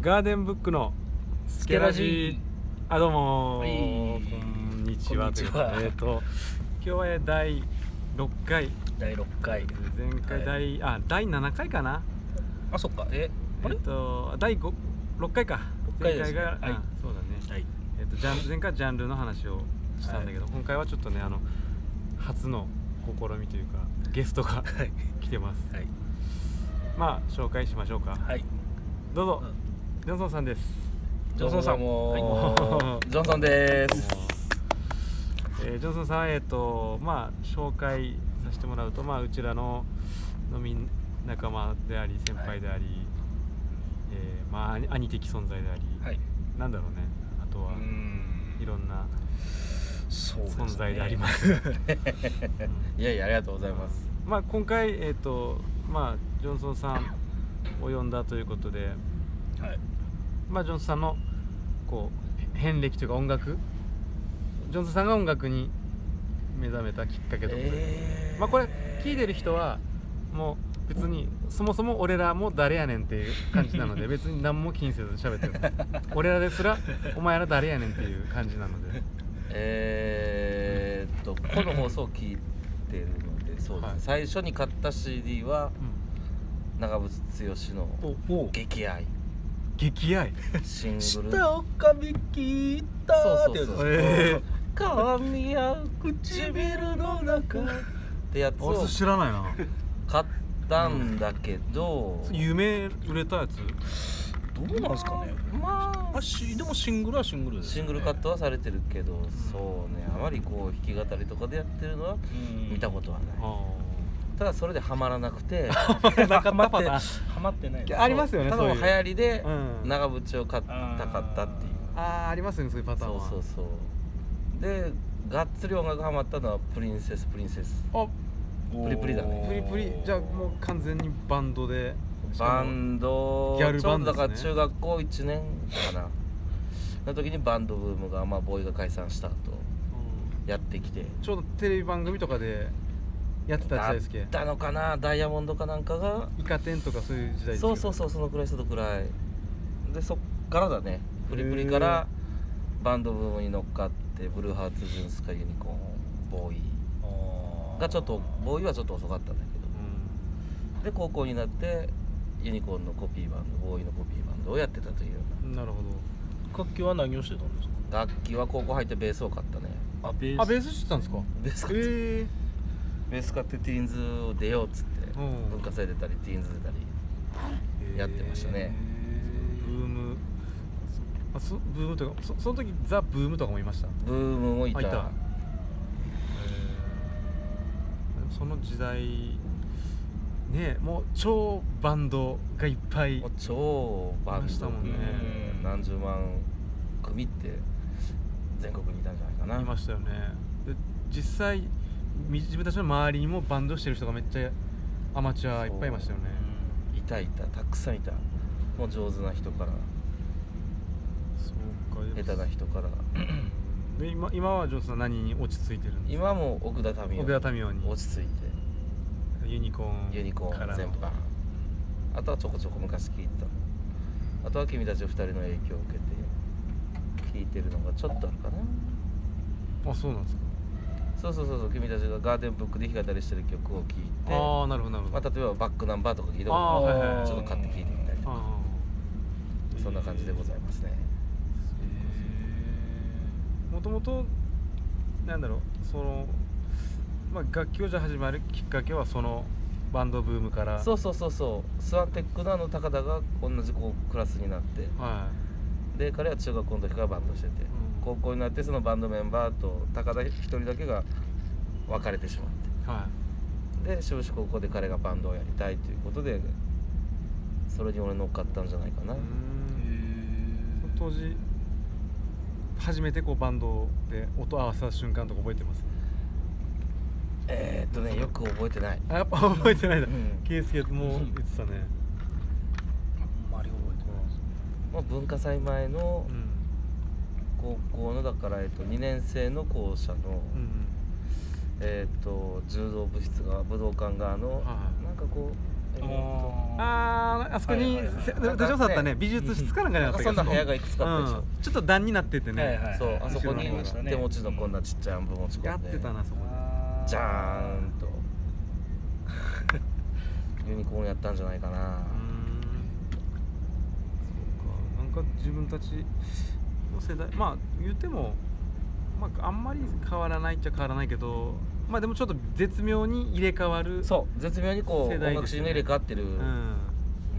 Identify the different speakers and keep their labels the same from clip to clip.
Speaker 1: ガーデンブックの
Speaker 2: ス
Speaker 1: ス
Speaker 2: ケ
Speaker 1: ケ
Speaker 2: ラ
Speaker 1: ラ
Speaker 2: ジ
Speaker 1: ジあどうもー、
Speaker 2: はい
Speaker 1: こんにちは
Speaker 2: こんにちは
Speaker 1: ということでえっ、と今日はえー第6回
Speaker 2: 第6回
Speaker 1: 前回第、あ第7回かな
Speaker 2: あそっかえあ
Speaker 1: え
Speaker 2: れ
Speaker 1: っ、と第5 6回か
Speaker 2: 6回ですね
Speaker 1: 前回が、
Speaker 2: はい
Speaker 1: うんそうだね、
Speaker 2: はい
Speaker 1: えっとジャン前回はジャンルの話をしたんだけど、今回はちょっとねあの初の試みというかゲスト が
Speaker 2: はい
Speaker 1: 来てます
Speaker 2: はい
Speaker 1: まあ紹介しましょうか
Speaker 2: はい
Speaker 1: どうぞジョンソンさんです
Speaker 2: ジョンソンさんも
Speaker 1: は
Speaker 2: ジョンソンです
Speaker 1: えージョンソンさんはえっ、とまあ紹介させてもらうとまあうちらの飲み仲間であり先輩であり、えーまあ兄兄的存在であり、
Speaker 2: はい
Speaker 1: なんだろうねあとは
Speaker 2: うーん
Speaker 1: いろん な、
Speaker 2: そうですね
Speaker 1: 存在であります
Speaker 2: いやいやありがとうございます
Speaker 1: まあ今回えっ、とまあジョンソンさんを呼んだということで
Speaker 2: はい
Speaker 1: まあジョンソンさんのこう遍歴というか音楽ジョンソンさんが音楽に目覚めたきっかけとか、
Speaker 2: えー
Speaker 1: まあこれ聞いてる人はもう別にそもそも俺らも誰やねんっていう感じなの で別に何も気にせず喋 ってる俺らですらお前ら誰やねんっていう感じなので
Speaker 3: えーっとこの放送を聞いてるのでそうですね、
Speaker 1: はい
Speaker 3: 最初に買った CD は
Speaker 1: うん
Speaker 3: 長渕剛の
Speaker 2: おお
Speaker 3: 「激愛
Speaker 1: 激愛」
Speaker 3: シングル
Speaker 2: 知っ
Speaker 3: そう
Speaker 2: たおかみ聞いたってやつ
Speaker 3: そうそうそう
Speaker 1: え
Speaker 3: 髪や唇の中」ってやつ
Speaker 1: ー、 俺そ
Speaker 3: を
Speaker 1: れ知らないな
Speaker 3: 買ったんだけど、
Speaker 1: 夢売れたやつ
Speaker 2: どうなんですかね
Speaker 3: ま
Speaker 2: あ
Speaker 3: あ
Speaker 2: しでもシングルはシングルです
Speaker 3: シングルカットはされてるけどそうねあまりこう弾き語りとかでやってるのは見た
Speaker 2: こ
Speaker 3: ことはない、
Speaker 1: あ
Speaker 3: ただそれでハマらな くて
Speaker 2: となかなかハマってないです
Speaker 1: ありますよね
Speaker 3: ただ
Speaker 1: そうい
Speaker 3: も
Speaker 1: う
Speaker 3: う流行りで
Speaker 1: うん
Speaker 3: 長渕を買ったかったっていう
Speaker 1: あ ーありますよねそういうパター
Speaker 3: そ
Speaker 1: ン
Speaker 3: う
Speaker 1: は
Speaker 3: そうそうでがっつり音楽ハマったのはプリンセスプリンセスプリプリだね
Speaker 1: プリプリじゃあもう完全にバンドでしかも
Speaker 3: バンド
Speaker 1: ギャルバンド
Speaker 3: ちょうどだから
Speaker 1: ですね
Speaker 3: 中学校1年かなの時にバンドブームがまあボーイが解散した後
Speaker 1: う
Speaker 3: やってきて
Speaker 1: んちょうどテレビ番組とかでやってた時代ですけ
Speaker 3: だったのかなダイヤモンドかなんかが
Speaker 1: イカ天とかそういう時代です
Speaker 3: そうそううそうそのくらいそのくらいでそっからだねプリプリからバンドブームに乗っかってブルーハーツジュンスカユニコーンボーイがちょっとボーイはちょっと遅かったんだけどで高校になってユニコーンのコピーバンドボーイのコピーバンドをやってたというよ
Speaker 1: んなるほ
Speaker 2: 楽器は何をしてたんです
Speaker 3: うな楽器は高校入ってベースを買ったね
Speaker 2: かあベー
Speaker 1: どあベースしてたんですか
Speaker 3: ベース買って、
Speaker 1: え
Speaker 3: ベース買ってティーンズを出ようっつって、
Speaker 1: うん
Speaker 3: 文化祭出たりティーンズ出たり
Speaker 1: え
Speaker 3: やってましたね
Speaker 1: ブームあそブームとかそその時ザ・ブームとかもいました
Speaker 3: ブームもいた
Speaker 1: あいたその時代ねもう超バンドがいっぱい
Speaker 3: もう超バン
Speaker 1: いました
Speaker 3: ド
Speaker 1: もんね
Speaker 3: うん何十万組って全国にいたんじゃないかない
Speaker 1: ましたよねで実際み自分たちの周りにもバンドしてる人がめっちゃアマチュアいっぱいいましたよね
Speaker 3: いたいたたくさんいたもう上手な人から
Speaker 1: そうか
Speaker 3: 下手な人から
Speaker 1: で今今はジョンソンは何に落ち着いてるんですか
Speaker 3: 今も奥田民
Speaker 1: 奥
Speaker 3: 生
Speaker 1: 田民生に
Speaker 3: 落ち着いて
Speaker 1: ユニコーン
Speaker 3: ユニコ
Speaker 1: か
Speaker 3: ー
Speaker 1: ら
Speaker 3: ン全般あとはちょこちょこ昔聞いてたのあとは君たち二人の影響を受けて聞いてるのがちょっとあるかな
Speaker 1: あそうなんですか
Speaker 3: そうそうそうそう君たちがガーデンブックで弾き語りしてる曲を聴いて
Speaker 1: ああなるほどなるほど
Speaker 3: まあ、例えばバックナンバーとか聞いたこ
Speaker 1: あー
Speaker 3: と
Speaker 1: はい
Speaker 3: あ
Speaker 1: はい
Speaker 3: るちょっと買って聞いてみたりとか
Speaker 1: あー
Speaker 3: そんな感じでございますね
Speaker 1: もともとなんだろうその、まあ、楽器をじゃあ始まるきっかけはそのバンドブームから
Speaker 3: そうそうそうそうスワンテックのあの高田が同じこうクラスになって
Speaker 1: は
Speaker 3: で彼は中学校の時からバンドしてて、
Speaker 1: うん
Speaker 3: 高校になってそのバンドメンバーと高田一人だけが別れてしまって
Speaker 1: いは
Speaker 3: でしぶしぶここで彼がバンドをやりたいということでそれに俺乗っかったんじゃないか
Speaker 1: い
Speaker 3: な、
Speaker 1: うーんその当時初めてこうバンドで音合わせた瞬間とか覚えてます
Speaker 3: えー、っとねよく覚えてない
Speaker 1: あやっぱ覚えてないだ
Speaker 3: うん
Speaker 1: 圭介、も言ってたね、
Speaker 2: あんまり覚えてないです
Speaker 3: もう文化祭前の
Speaker 1: うん
Speaker 3: 高校のだから、えっと、2年生の校舎の、
Speaker 1: うん
Speaker 3: えー、っと柔道部室が武道館側の、
Speaker 1: はい
Speaker 3: なんかこう
Speaker 1: あーあそこに
Speaker 2: はいはいはい
Speaker 1: せ手帳さんあったね美術室かなんかにあ
Speaker 3: な
Speaker 1: ったけ
Speaker 3: んか
Speaker 1: ど
Speaker 3: そんな部屋がいくつかあったでしょ、
Speaker 1: うんちょっと段になっててね、
Speaker 2: はいはい
Speaker 3: そうあそこに
Speaker 1: 後ろの方
Speaker 3: 手持ちのこんなちっちゃいアンプ持ち込んで
Speaker 1: やってたなそこ
Speaker 3: じゃーんとユニコーンやったんじゃないかな
Speaker 1: でうーんそうかなんか自分たちの世代まあ言っても、まあ、あんまり変わらないっちゃ変わらないけどまあでもちょっと絶妙に入れ替わる
Speaker 3: そう絶妙にこう、
Speaker 1: 世
Speaker 3: 音
Speaker 1: 代
Speaker 3: 楽
Speaker 1: です
Speaker 3: シー
Speaker 1: よ
Speaker 3: ン
Speaker 1: ね
Speaker 3: が入れ替わってる、
Speaker 1: ん、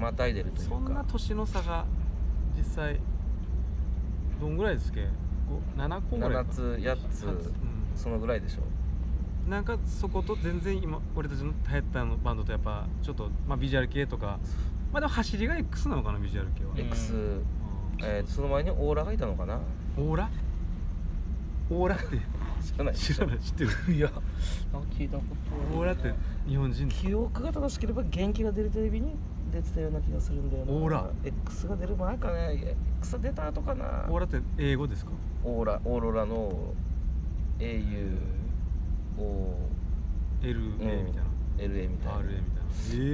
Speaker 3: またいでるというか
Speaker 1: そんな年の差が実際どんぐらいですっけご7個ぐらいかな
Speaker 3: 7つ8つ
Speaker 1: うん
Speaker 3: そのぐらいでしょ
Speaker 1: なんかそこと全然今俺たちの流行ったのバンドとやっぱちょっと、まあ、ビジュアル系とかまあでも走りが X なのかなビジュアル系は、
Speaker 2: うん
Speaker 3: X、
Speaker 1: うん
Speaker 3: えーその前にオーラがいたのかな
Speaker 1: オーラオーラって
Speaker 3: 知らないでしょ
Speaker 1: 知らない知 ってる
Speaker 2: いやなんか聞いたこ
Speaker 1: オーラって日本人
Speaker 3: 記憶が正しければ元気が出るテレビに出てたような気がするんだよな
Speaker 1: オーラ
Speaker 3: X が出る前かねいや X が出た後かな
Speaker 1: オーラって英語ですか
Speaker 3: オーラオーロラの AU を
Speaker 1: LA みたい
Speaker 3: LA みたい
Speaker 1: な、
Speaker 3: な
Speaker 1: RA みたいな、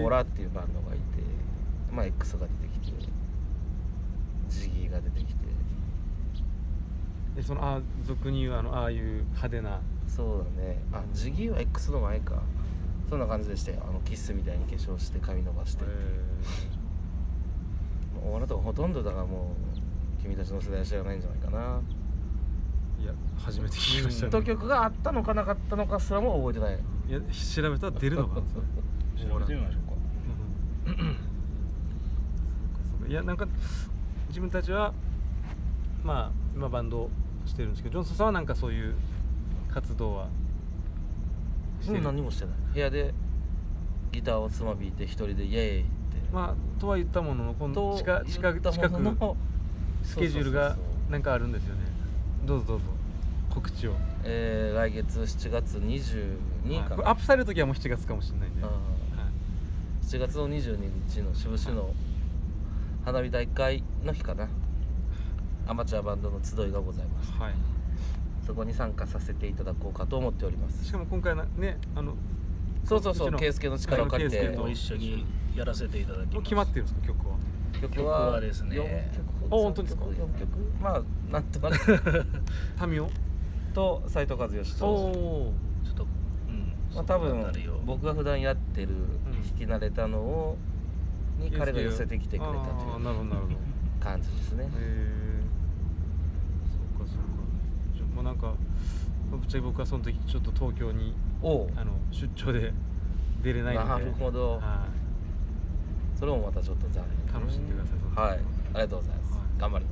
Speaker 1: え
Speaker 3: オーラっていうバンドがいてまあ X が出てきてジギーが出てきて
Speaker 1: えそのあ俗に言うあのああいう派手な
Speaker 3: そうだねあジギーは X の前かそんな感じでしたよあのキッスみたいに化粧して髪伸ばして、オーラとかほとんどだからもう君たちの世代は知らないんじゃないかない
Speaker 1: や初めて聞きました
Speaker 3: ヒット
Speaker 1: ね、
Speaker 3: 曲があったのかなかったのかすらも覚えてない
Speaker 1: いや調べたら出るのかなそれ
Speaker 2: と調べてみましょうか
Speaker 1: うんそうかそうかいやなんか自分たちはまあ今バンドをしてるんですけどジョンソンさんはなんかそういう活動はして
Speaker 3: う
Speaker 1: る、
Speaker 3: ん何もしてない部屋でギターをつまびいて一人でイエーイって
Speaker 1: まあとは言ったものの今度
Speaker 3: と
Speaker 1: 近近
Speaker 3: 言
Speaker 1: く
Speaker 3: った
Speaker 1: 近
Speaker 3: もの
Speaker 1: く
Speaker 3: の
Speaker 1: スケジュール
Speaker 3: そう
Speaker 1: が
Speaker 3: そうそうそう
Speaker 1: なんかあるんですよねどうぞどうぞ告知を、
Speaker 3: えー来月7月
Speaker 1: ま
Speaker 3: 22
Speaker 1: あ
Speaker 3: か
Speaker 1: これ
Speaker 3: な、
Speaker 1: アップされる時はもう7月かもしれないんで、
Speaker 3: う
Speaker 1: はい
Speaker 3: ん7月の22日の渋市の花火大会の日かなアマチュアバンドの集いがございます
Speaker 1: はい
Speaker 3: そこに参加させていただこうかと思っております
Speaker 1: しかも今回なねあの
Speaker 3: そうそうそう
Speaker 1: ちの
Speaker 3: 圭介の力を借り
Speaker 1: あの
Speaker 3: て
Speaker 1: 圭介
Speaker 2: もう一緒にやらせていただきます
Speaker 1: もう決まってるんですか曲は
Speaker 3: 曲
Speaker 2: 曲
Speaker 3: は
Speaker 2: はですね
Speaker 3: 4曲
Speaker 1: あ本当ですか
Speaker 3: 4曲まあなんと なく
Speaker 1: 民を
Speaker 3: と斎藤和義
Speaker 1: お
Speaker 3: と、
Speaker 1: お
Speaker 2: ちょっとうん
Speaker 3: まあ、多
Speaker 2: そんなになるよ
Speaker 3: 分僕が普段やってる弾き慣れたのを、に彼が寄せてきてくれたと
Speaker 1: あー
Speaker 3: い
Speaker 1: なるほどなるほど
Speaker 3: う感じですね
Speaker 1: へえそうかそうかちょまあなんかまあぶっちゃけ僕はその時ちょっと東京に
Speaker 3: おう
Speaker 1: あの出張で出れないので
Speaker 3: なるほど
Speaker 1: は
Speaker 3: それもまたちょっと残念
Speaker 1: 楽しんでくださいその時
Speaker 3: はいありがとうございます、
Speaker 1: はい
Speaker 3: 頑張りま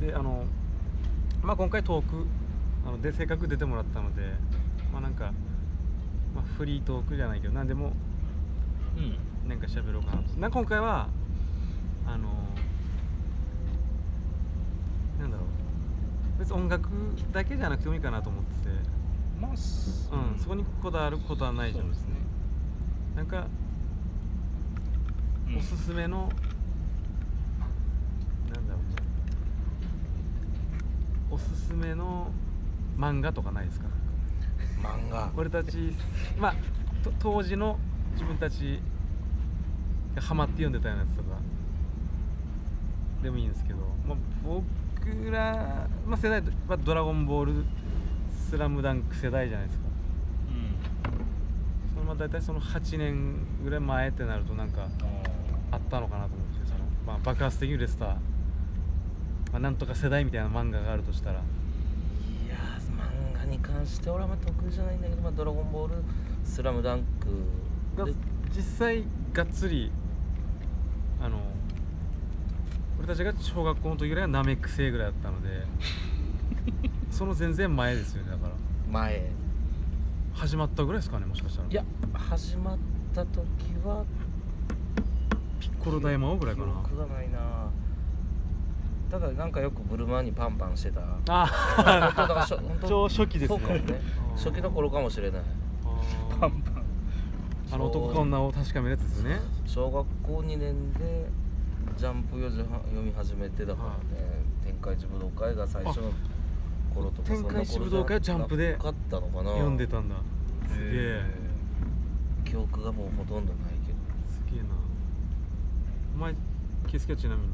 Speaker 3: す
Speaker 1: いであの、まあ、今回トークあのでせっかく出てもらったのでまあなんか、まあ、フリートークじゃないけど何でも
Speaker 2: うん
Speaker 1: なんか喋ろうかななんか今回はあのなんだろう別に音楽だけじゃなくてもいいかなと思ってて、
Speaker 2: まあす
Speaker 1: うん、そこにこだわることはないじゃん
Speaker 2: そうですね
Speaker 1: なんか
Speaker 2: うん
Speaker 1: おすすめの、なんだろうなおすすめの漫画とかないですか
Speaker 3: 漫画
Speaker 1: 俺たちまあと当時の自分たちがハマって読んでたようなやつとかでもいいんですけど、まあ、僕ら、まあ、世代は、まあドラゴンボール」「スラムダンク世代じゃないですか
Speaker 2: うん
Speaker 1: そのまあ大体その8年ぐらい前ってなるとなんかあったのかなと思ってその、まあ、爆発的に売れてた、まあ、なんとか世代みたいな漫画があるとしたら
Speaker 3: いやー漫画に関して俺はあんま得意じゃないんだけど、まあ、ドラゴンボールスラムダンク
Speaker 1: が
Speaker 3: で
Speaker 1: 実際がっつりあの俺たちが小学校の時ぐらいはナメック星ぐらいだった のでその全然前ですよねだから
Speaker 3: 前
Speaker 1: 始まったぐらいですかねもしかしたら
Speaker 3: いや始まった時は
Speaker 1: ピッコロ大魔王ぐらいかな
Speaker 3: 記憶がないなただなんかよくブルマーにパンパンしてた
Speaker 1: あ
Speaker 3: 本当だからしょ本当
Speaker 1: 超初期ですね
Speaker 3: そうかもね
Speaker 1: あー
Speaker 3: 初期の頃かもしれない
Speaker 2: パンパン
Speaker 1: あの男か女を確かめるやつですよね
Speaker 3: 小学校2年でジャンプ4時半読み始めてだからね、天下一武道会が最初の頃とか
Speaker 1: 天下一武道会はジャンプで
Speaker 3: 勝ったのかな
Speaker 1: 読んでたんだすげえ
Speaker 3: 記憶がもうほとんどないけど
Speaker 1: すげえなお前気付けちなみに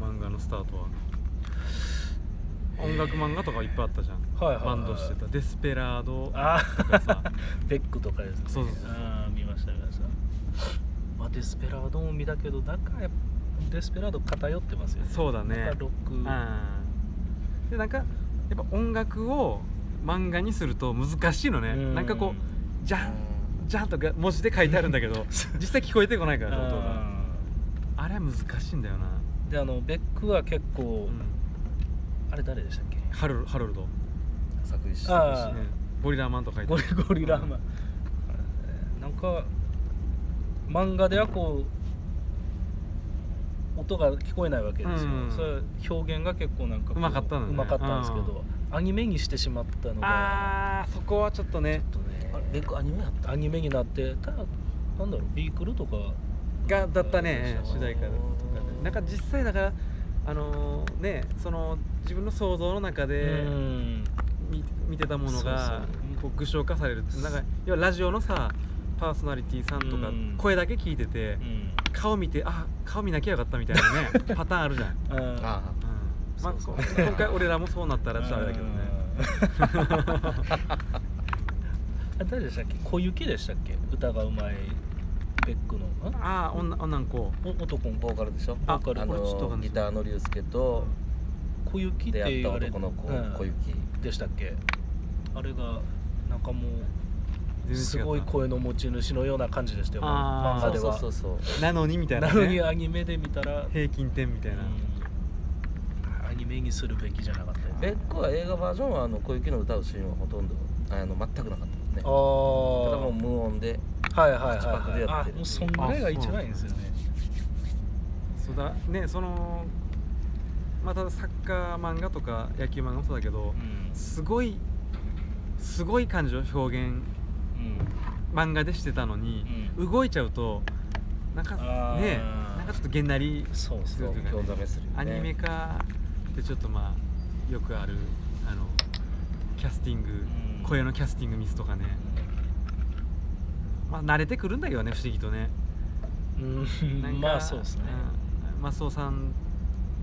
Speaker 1: 漫画のスタートは音楽漫画とかいっぱいあったじゃん、
Speaker 2: はいはいはいはい
Speaker 1: バンドしてた「デスペラード」と
Speaker 2: あ
Speaker 1: かさ
Speaker 2: ベックとかですね
Speaker 1: そうそうそう
Speaker 2: あー見ました見ました、まあ、デスペラードも見たけどなんかやっぱデスペラード偏ってますよね
Speaker 1: そうだね
Speaker 2: なんかロック、
Speaker 1: うんでなんかやっぱ音楽を漫画にすると難しいのね
Speaker 2: う
Speaker 1: なんかこう「じゃんじゃん」とか文字で書いてあるんだけ ど実際聞こえてこないからね音が
Speaker 2: あ
Speaker 1: あれは難しいんだよな、
Speaker 2: ーであのベックは結構、
Speaker 1: うん
Speaker 2: あれ誰でしたっけ
Speaker 1: ハロルハロルド
Speaker 3: 作詞
Speaker 2: あー
Speaker 1: うんゴリラマンとか書いて
Speaker 2: ゴ
Speaker 1: あ
Speaker 2: リ
Speaker 1: る
Speaker 2: ゴリラーマン、なんか漫画ではこう音が聞こえないわけですよ、
Speaker 1: うん
Speaker 2: それは表現が結構なんかこ
Speaker 1: うまかったのね
Speaker 2: うまかったんですけど、アニメにしてしまったのが
Speaker 1: あーそこはちょっとね
Speaker 2: ちょっとね
Speaker 3: あれレコアニメやっ
Speaker 2: アニメになってただなんだろうビークルとか
Speaker 1: がだったね
Speaker 2: うん
Speaker 1: 主題歌とかでなんか実際だからあのーねその自分の想像の中で
Speaker 2: うん
Speaker 1: 見見てたものが
Speaker 2: そうそう
Speaker 1: こう具象化されるってなんか要はラジオのさパーソナリティさんとか
Speaker 2: うん
Speaker 1: 声だけ聞いてて
Speaker 2: うん
Speaker 1: 顔見てあ顔見なきゃよかったみたいなね パターンあるじゃん、うん
Speaker 2: あー
Speaker 3: たあ
Speaker 1: まあ、
Speaker 2: そうそう
Speaker 1: こ今回俺らもそうなったらちょっとあれだけどね
Speaker 2: うん あ誰でしたっけ小雪でしたっけ歌がうまいベックのん
Speaker 1: ああ女女の子
Speaker 2: お男
Speaker 3: ボーカルでしょ
Speaker 1: あ
Speaker 2: ボーカル
Speaker 3: あ
Speaker 1: これちょっとわか
Speaker 3: の
Speaker 1: んない
Speaker 3: ギターの龍介と
Speaker 2: 小雪って
Speaker 3: 出会っ
Speaker 2: 言
Speaker 3: た
Speaker 2: われ
Speaker 3: 男の子
Speaker 2: うん
Speaker 3: 小雪
Speaker 2: でしたっけあれがなんかもう
Speaker 1: 全然違った
Speaker 2: すごい声の持ち主のような感じでしたよ
Speaker 1: あー
Speaker 2: 漫
Speaker 3: そ
Speaker 2: 画
Speaker 3: う
Speaker 2: で
Speaker 3: そう
Speaker 2: は
Speaker 3: そうそう
Speaker 1: なのにみたいな、
Speaker 2: な
Speaker 1: ね、
Speaker 2: のにアニメで見たら、
Speaker 1: 平均点みたいな、
Speaker 2: うんアニメにするべきじゃなかったよ
Speaker 3: ベ
Speaker 2: ね
Speaker 3: ックは映画バージョンはあの小雪の歌うシーンはほとんどあの全くなかったね
Speaker 2: あ
Speaker 3: ただもう
Speaker 2: あ
Speaker 3: 無音で
Speaker 2: はいはいはい
Speaker 3: 口パク
Speaker 2: は
Speaker 3: で
Speaker 2: い
Speaker 3: やっ
Speaker 2: あ
Speaker 3: てる
Speaker 2: もうそんぐらいが一番いいんですよね
Speaker 1: そうだねそのまたサッカー漫画とか野球漫画もそうだけど
Speaker 2: うん
Speaker 1: すごいすごい感じを表現漫画でしてたのに、
Speaker 2: うん
Speaker 1: 動いちゃうとなんか
Speaker 2: あー
Speaker 1: ねなんかちょっとげんなり
Speaker 2: そう
Speaker 1: す
Speaker 2: そ
Speaker 1: る
Speaker 2: う
Speaker 1: というかね
Speaker 3: 興ざめするよね
Speaker 1: アニメ化ってちょっとまあよくあるあのキャスティング、
Speaker 2: うん
Speaker 1: 声のキャスティングミスとかねまあ慣れてくるんだけどね不思議とね
Speaker 2: うん
Speaker 1: なんか
Speaker 2: まあそうですね、
Speaker 1: うんマスオさん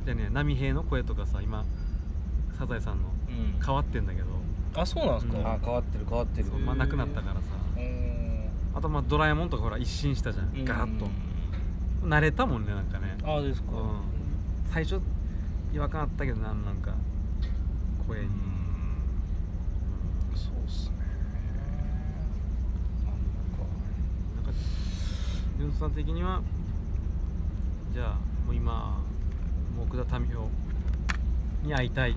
Speaker 1: じゃねえ波平の声とかさ今サザエさんの
Speaker 2: うん
Speaker 1: 変わってんだけど、
Speaker 2: あそうなんですか、
Speaker 1: うん
Speaker 3: あ変わってる変わってる
Speaker 1: そうまあ、なくなったからさ
Speaker 2: うん
Speaker 1: あとまあドラえもんとかほら一新したじゃん、ガラッと慣れたもんねなんかね
Speaker 2: ああですか、
Speaker 1: うん最初違和感あったけどななんか声に、
Speaker 2: そうっすね
Speaker 1: なんかジュンさん的にはじゃあもう今もう奥田民生に会いたい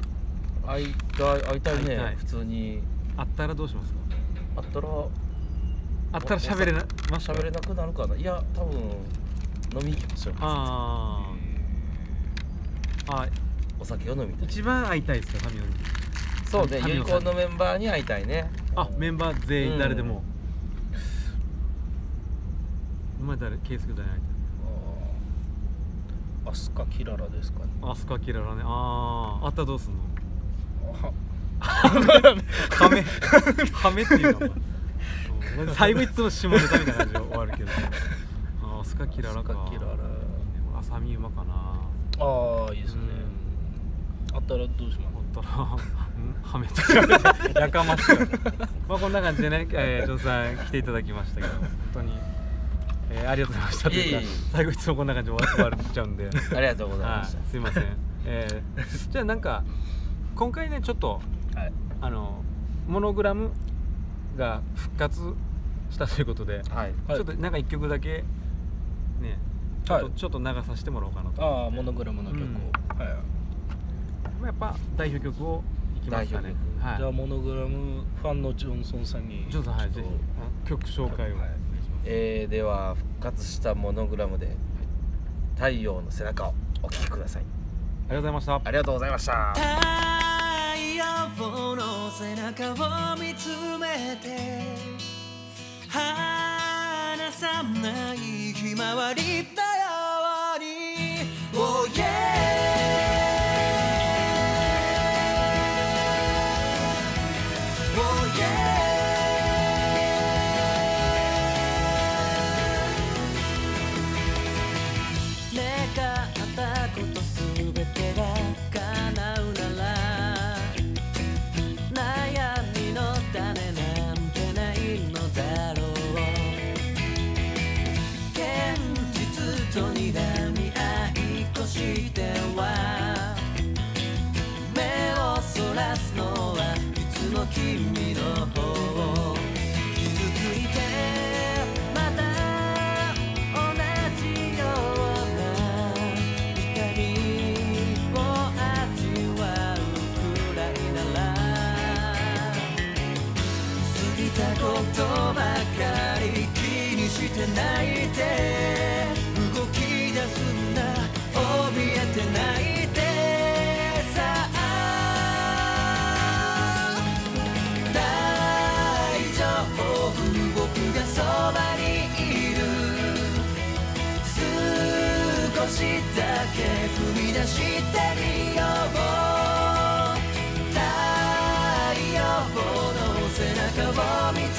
Speaker 3: 会いたい会いたい
Speaker 1: 会いたい
Speaker 3: ね普通に
Speaker 1: 会ったらどうしますか
Speaker 3: あったら
Speaker 1: 会ったら喋れな
Speaker 3: まあ喋れなくなるかないや多分飲み行きましょう
Speaker 1: あーあ
Speaker 3: お酒を飲みたい
Speaker 1: 一番会いたいですか民生に
Speaker 3: そうね
Speaker 1: 神
Speaker 3: 有
Speaker 1: 尾さん
Speaker 3: 効のメンバーに会いたいね
Speaker 1: あメンバー全
Speaker 3: う
Speaker 1: 員
Speaker 3: ん
Speaker 1: 誰でも、お前誰圭介誰に会い
Speaker 2: あーアスカキララで すかね
Speaker 1: たいあスカキララねああ会ったらどうすんの
Speaker 2: は
Speaker 1: ハメハメっていうのはお前最後いつも下ネタみたいな感じで終わるけどあースカキララか
Speaker 2: アスカキララ
Speaker 1: いいね浅見馬かな
Speaker 2: ああいいですね、あったらどうしま
Speaker 1: おったらんハメって言われてやかましいわ まあこんな感じでね、えー、ジョンさん来ていただきましたけど本当に、えーありがとうございましたというか
Speaker 3: いえいえ
Speaker 1: 最後いつもこんな感じで終わ終わっちゃ うんで
Speaker 3: ありがとうございまし
Speaker 1: は
Speaker 3: た
Speaker 1: い、すいません、え ーじゃあなんか今回ねちょっと
Speaker 2: すかはい
Speaker 1: あのモノグラムが復活したということで、
Speaker 3: はい
Speaker 2: はい
Speaker 1: ちょっとなんか一曲だけねちょっと、
Speaker 2: はい
Speaker 1: ちょっと流させてもらおうかなと
Speaker 2: ああモノグラムの曲を、
Speaker 1: うん
Speaker 2: はい
Speaker 1: まあやっぱ代表曲をいきますかね
Speaker 3: 代表曲
Speaker 1: はい
Speaker 2: じゃあモノグラムファンのジョンソンさんに
Speaker 1: ジョンさんはい
Speaker 2: ち
Speaker 1: ぜ
Speaker 2: ょっと
Speaker 1: ひ曲紹介をお願いします、
Speaker 3: えーでは復活したモノグラムで太陽の背中をお聴きください
Speaker 1: ありがとうございました
Speaker 3: ありがとうございました
Speaker 4: 太陽の背中を見つめて離さないひまわりだように Oh yeah Oh yeah けが叶うなら悩みの種なんてないのだろう現実と睨み合いっこしては目をそらすのはいつも君の方傷ついてまた同じような痛みを味わうくらいなら過ぎたことばかり気にして泣いて動き出すんだ怯えて泣いてさあ大丈夫僕がそばにいる少しだけ踏み出してみよう太陽の背中を見つ